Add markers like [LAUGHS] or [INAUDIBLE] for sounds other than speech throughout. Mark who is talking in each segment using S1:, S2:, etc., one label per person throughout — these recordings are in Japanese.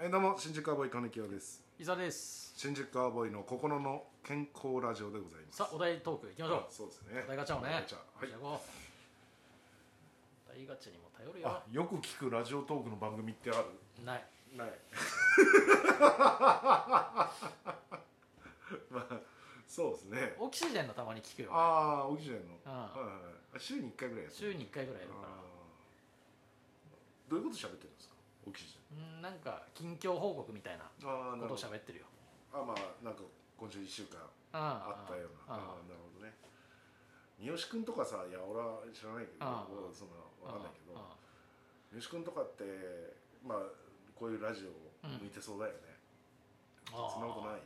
S1: えーどうも新宿アボーイ金木雄です
S2: 伊沢です
S1: 新宿アボーイの心の健康ラジオでございます
S2: さあお題トークいきましょう
S1: そうですね
S2: お題ガチャをね
S1: お題チャ
S2: お題
S1: はい
S2: ガチャお題ガチャにも頼るよ
S1: あよく聞くラジオトークの番組ってある [LAUGHS]
S2: ない
S1: ないまあそうですね
S2: オキシジェンのたまに聞くよ
S1: ああ起きちゃうの
S2: うん
S1: はいはいはいあ週に一回ぐらいやってる
S2: 週に1回ぐらいいるか
S1: あーどういうこと喋ってるんですかオキシジ
S2: らうんなんか近況報告みたいな
S1: ェンああ
S2: こ
S1: なる
S2: と
S1: ほ
S2: を
S1: ど
S2: 喋ってるよ
S1: あまあなんか今週1週間あ
S2: あ
S1: ったようなあ
S2: あ
S1: あなるほどね三好君とかさいや俺は知らないけど
S2: ああ
S1: 俺はそんなわかんないけど
S2: あ
S1: 三好君とかってまあこういうラジオ向いてそうだよね、そんなことない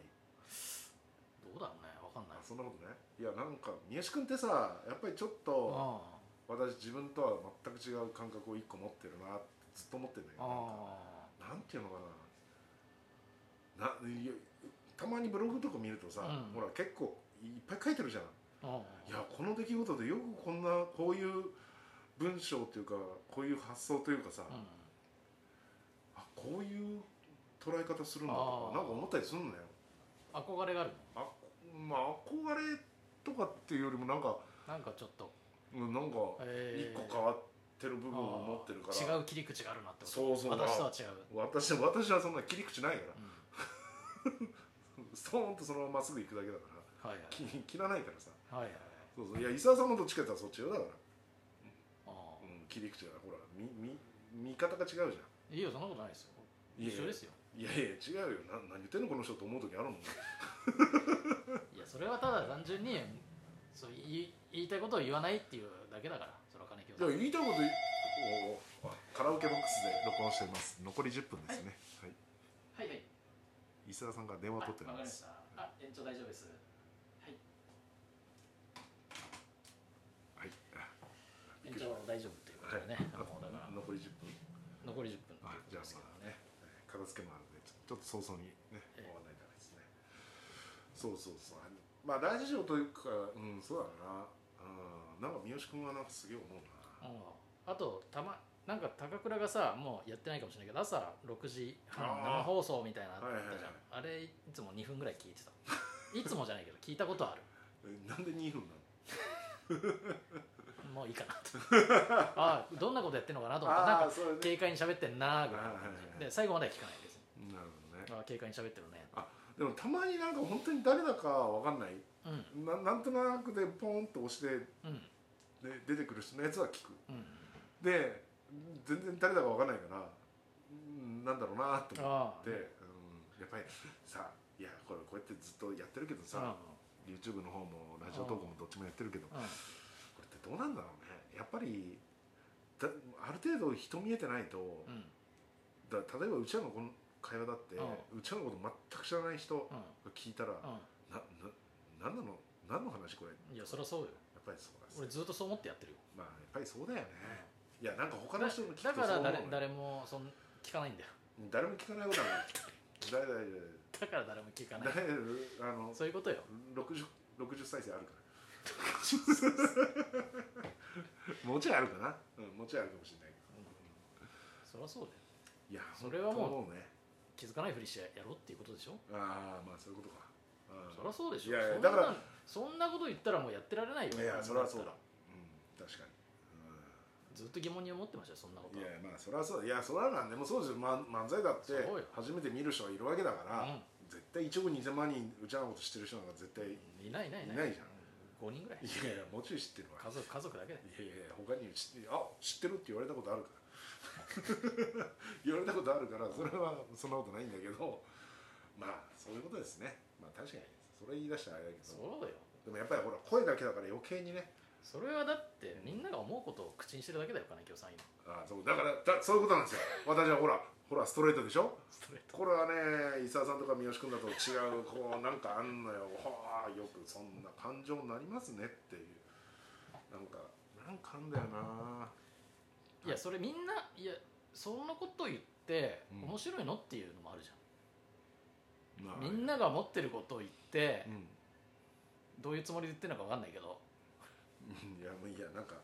S2: どうだろうねわかんない
S1: あそんなことないいやなんか三好君ってさやっぱりちょっと
S2: あ
S1: 私自分とは全く違う感覚を一個持ってるなってずっと思ってるんだけどなんか
S2: あ
S1: なんていうのかなないやたまにブログとか見るとさ、
S2: うん
S1: ほら結構いっぱい書いてるじゃん
S2: あ
S1: いやこの出来事でよくこんなこういう文章というかこういう発想というかさ、
S2: うん
S1: あこういう捉え方するんだ
S2: あ
S1: と
S2: ー
S1: かなんか思ったりするんだよ
S2: 憧れがある
S1: あまあ憧れとかっていうよりもなんか
S2: なんかちょっと
S1: うんなんか一
S2: えー
S1: 個変わってる部分を持ってるから、
S2: 違う切り口があるなってこと
S1: そうそう
S2: 私とは違う、
S1: 私私はそんな切り口ないから
S2: う
S1: ストーンとそのまままっすぐ行くだけだから
S2: ん、はいはい
S1: 切切らないからさ
S2: はいはいはい
S1: そうそういや伊沢さんもどっちかって言ったらそっちよだから、
S2: あ
S1: う
S2: あ
S1: ん、切り口がほらみみ見方が違うじゃん
S2: いいよそんなことないですよ
S1: いや
S2: 一緒ですよ
S1: いやいや違うよな何言ってんのこの人と思う時あるもん
S2: いやそれはただ単純にそう言い言いたいことを言わないっていうだけだからそれは金木
S1: じゃ
S2: さ
S1: あ
S2: ん
S1: 言いたいこといおうおうあカラオケボックスで録音しています残り10分ですねはい、
S2: はいはい
S1: 伊沢さんが電話取っております
S2: たあ延長大丈夫ですはい
S1: はい
S2: 延長大丈夫っていうことでね、
S1: あ
S2: もうだから
S1: 残り10分
S2: 残り10分
S1: あ
S2: っていうことですけどね
S1: えー片付けもあるのでちょちょっと早々にね
S2: ええ
S1: 終わらないからですねそうそうそうあのまあ大事情というかうんそうだなうんなんか三好君はなんかすげえ思うな
S2: うんあとたまなんか高倉がさもうやってないかもしれないけど朝6時半
S1: あー
S2: 生放送みたいなのあったじゃん、
S1: はいはいはい
S2: あれいつも2分ぐらい聞いてたいつもじゃないけど聞いたことある
S1: えなんで2分なの
S2: もういいかなと [LAUGHS] ああどんなことやってるのかなと思ってなん
S1: ああ
S2: か
S1: そうね
S2: 軽快に喋ってんなーぐらいの感
S1: はいはいはい
S2: じで最後までは聞かないです
S1: なるほどね
S2: ああ軽快に喋ってるね
S1: でもたまになんか本当に誰だかわかんない
S2: うん
S1: ななんとなくでポンと押して、
S2: うん
S1: ね、出てくる人のやつは聞く
S2: うん
S1: で全然誰だかわかんないからうんなんだろうなと思
S2: あ
S1: って、うん、やっぱりさいやこれこうやってずっとやってるけど
S2: あうん
S1: さ、YouTube の方もラジオ投稿もどっちもやってるけどこ
S2: うん
S1: れってどうなんだろうねやっぱりだある程度人見えてないと
S2: う、ん
S1: だ例えばうちらのこの会話だって、
S2: う
S1: うちらのこと全く知らない人が
S2: う
S1: 聞いたら、
S2: ん
S1: なな何なの何の話これや
S2: うんいやそりゃそうよ
S1: っぱりそうだし
S2: 俺ずっとそう思ってやってるよ
S1: まあやっぱりそうだよねいやなんか他の人の聞くと
S2: だ
S1: そ
S2: か
S1: う思
S2: ら
S1: う
S2: 誰
S1: のよ
S2: 誰もそん聞かないんだよ [LAUGHS]
S1: 誰も聞かないことはない誰誰
S2: だから誰も聞かない
S1: 誰誰あの
S2: そういうことよ
S1: 60, 60再生あるからもうちょいあるかな、うん、もうちょいあるかもしれない
S2: そりゃそうだよ
S1: いや
S2: それはもう
S1: 本当思うね
S2: 気づかないふりしてやろうっていうことでしょ
S1: ああまあそういうことか
S2: そりゃそうでしょ
S1: いやいや
S2: そんな
S1: だから
S2: そんなこと言ったらもうやってられないよ
S1: いやそれはそう
S2: だ
S1: だ
S2: っ
S1: うん確かに、
S2: たらずっと疑問に思ってましたよそんなこ
S1: うん、
S2: と
S1: い
S2: は
S1: やまあそれはそういやそれは何でもそうですよ漫漫才だって
S2: そうよ
S1: 初めて見る人がいるわけだから、
S2: うん
S1: 絶対1億2000万人うちらのこと知ってる人なんか絶対い
S2: いないいな
S1: い
S2: い
S1: ないじゃん
S2: 5人ぐらい
S1: やいやもうちょい知ってるわ
S2: 家族家族だけで
S1: いやいや他に知ってあ知ってるって言われたことあるから [LAUGHS] 言われたことあるからそれはそんなことないんだけどまあそういうことですねまあ確かにそれ言い出したらあれだけど
S2: そうだよ
S1: でもやっぱりほら声だけだから余計にね
S2: それはだってみんなが思うことを口にしてるだけだよ金京さん今
S1: あそうだからだそういうことなんですよ私はほらほらストレートでしょ
S2: ストレート
S1: これはね伊沢さんとか三好君だと違うこうなんかあんのよはあよくそんな感情になりますねっていうなんかなんかあんだよない
S2: やそれみんないやそのこと言って
S1: うん
S2: 面白いのっていうのもあるじゃ
S1: まあ
S2: ん、みんなが思ってることを言って
S1: うん
S2: どういうつもりで言ってるのか分かんないけど
S1: うん [LAUGHS] いやもういやなんか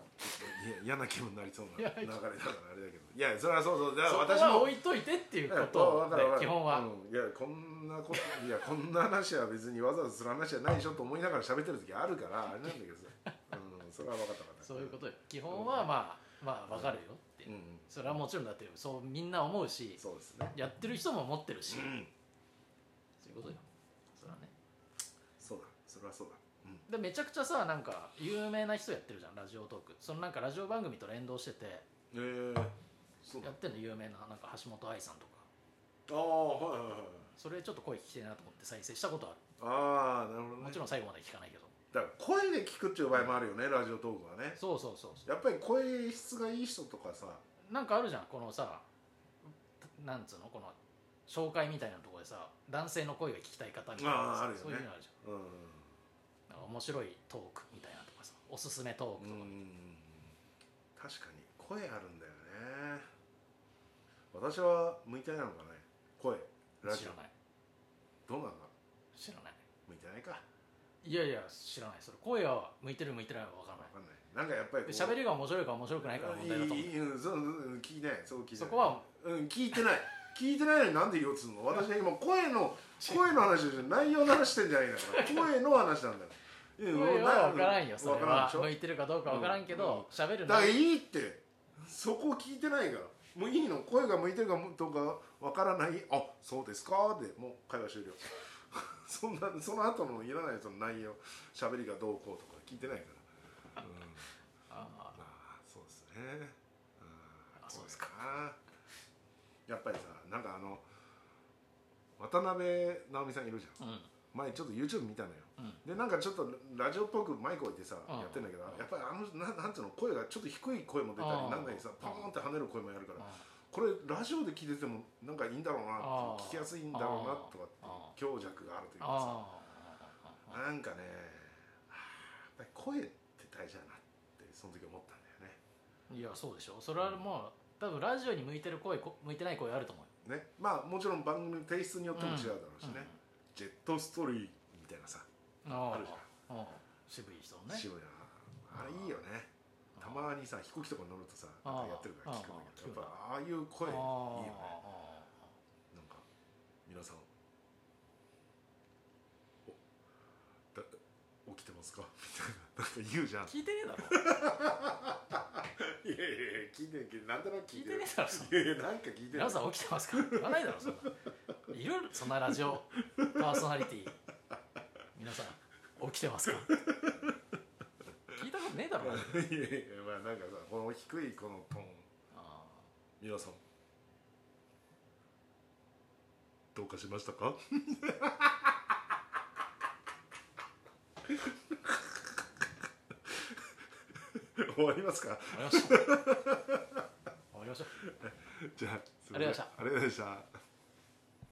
S1: いや嫌な気分になりそうな
S2: [LAUGHS]
S1: 流
S2: 嫌な
S1: れ
S2: 気
S1: だ
S2: 分
S1: からあれだけどいやそれはそうそうだ
S2: そ
S1: から
S2: こ
S1: 私
S2: は
S1: も
S2: 置いといてっていうこ
S1: いや
S2: と
S1: わか
S2: で
S1: るわかる
S2: 基本は、
S1: うんいやこんなこといやこんな話は別にわざわざする話じゃないでしょと思いながら喋ってる時あるからあれなんだけどさ、
S2: [LAUGHS]
S1: うん、それは分かった分かった
S2: そういうこと
S1: よ、
S2: よ基本はまあまあわかるよって、
S1: うん、
S2: それはもちろんだってそうみんな思うし
S1: そうですね
S2: やってる人も思ってるし、
S1: うん
S2: そういうことよそれはね
S1: そうだそれはそうだうん
S2: でめちゃくちゃさなんか有名な人やってるじゃんラジオトークそのなんかラジオ番組と連動してて
S1: えー、そう
S2: や
S1: だ
S2: ってんの有名ななんか橋本愛さんとか
S1: ああはいはいはいはい
S2: それちょっと声聞きてえなと思って再生したことあ
S1: ああなるほど
S2: る
S1: ね
S2: もちろん最後まで聞かないけど
S1: だから声で聞くっていう場合もあるよねラジオトークはね
S2: そうそうそうそ
S1: やっぱり声質がいい人とかさ
S2: うなんかあるじゃんこのさなんつうのこの紹介みたいなところでさ男性の声が聞きたい方みたいな
S1: あー
S2: さ
S1: あるよね
S2: そういうのあるじゃん
S1: うん
S2: なんか面白いトークみたいなとかさおすすめトー
S1: う
S2: クとか、
S1: ん確かに声あるんだよね私は向いてないのかね声ラジ
S2: 知ら
S1: オ
S2: ない
S1: どうなんだ
S2: 知らない
S1: 向いてないか
S2: いやいや知らないそれ声は向いてる向いてないは分から
S1: 分かんないな
S2: ない
S1: んかやっぱり
S2: で喋
S1: り
S2: りが面白いか面白くないかの問題だと思う
S1: いいうんそううん聞いてないそう聞いてない
S2: そこは
S1: うん聞いてない聞いてないのになんで言おうっつう
S2: [LAUGHS]
S1: の私は今声の声の話じゃ内容の話してんじゃないんだから声の話なんだようん
S2: 声は分からんよ
S1: う
S2: それ
S1: 分からん
S2: は
S1: でしょ
S2: 向いてるかどうか分からんけ
S1: うんうん
S2: ど喋る
S1: だからい
S2: 内
S1: いってそこ聞いてないからもういいの声が向いてるかどうかわからないあそうですかでもう会話終了 [LAUGHS] そんなその後のいらないその内容喋りがどうこうとか聞いてないから、うん、
S2: あ
S1: まあそうですねん
S2: あそうですか
S1: これなやっぱりさなんかあの渡辺直美さんいるじゃん
S2: ーうん
S1: 前ちょっと YouTube 見たのよ
S2: うん
S1: でなんかちょっとラジオっぽくマイク置いてさ、
S2: うん
S1: やってんだけど、
S2: うん
S1: やっぱりあのななんていうの声がちょっと低い声も出たり、
S2: うん
S1: なんかにさパーンって跳ねる声もやるから、
S2: あ
S1: これラジオで聞いててもなんかいいんだろうな
S2: あー
S1: 聞きやすいんだろうなとかって
S2: あ
S1: 強弱があるというか
S2: あ
S1: さなんかねあーやっぱり声って大事だなってその時思ったんだよね
S2: ーいやそうでしょそれはもう多分ラジオに向いてる声こ向いてない声あると思うよ
S1: ねまあもちろん番組のテイストによっても違うだろうしね、
S2: う
S1: ジェットストーリーみたいなさ、
S2: んあ
S1: あ
S2: る
S1: る
S2: じ
S1: じ
S2: ゃんうん渋い人をね
S1: 渋谷あれいいよねたまにさ飛行機とか乗るとさ
S2: あー
S1: なんかやってるから聞くんだけどやっぱああいう声いい
S2: あ
S1: よ
S2: ー
S1: ね
S2: あー
S1: なんか皆さんおだ起きてますか [LAUGHS] みたいななんか言うじゃん
S2: 聞いてねえだろ
S1: [LAUGHS] いやいやいや聞いてんけどなんとなく
S2: 聞いてねえだろそん
S1: いやいやなんか聞いてる
S2: 皆さん起きてますか言わないだろそんないろいろそんなラジオパーソナリティ皆さん起きてますか聞いたことねえだろ
S1: まあいやいやまあなんかさこの低いこのトーン
S2: あ
S1: 皆さんどうかしましたか [LAUGHS] 終わりますか
S2: ー終わりました終わりました
S1: じゃあす
S2: ありがとうございました
S1: ありがとうございました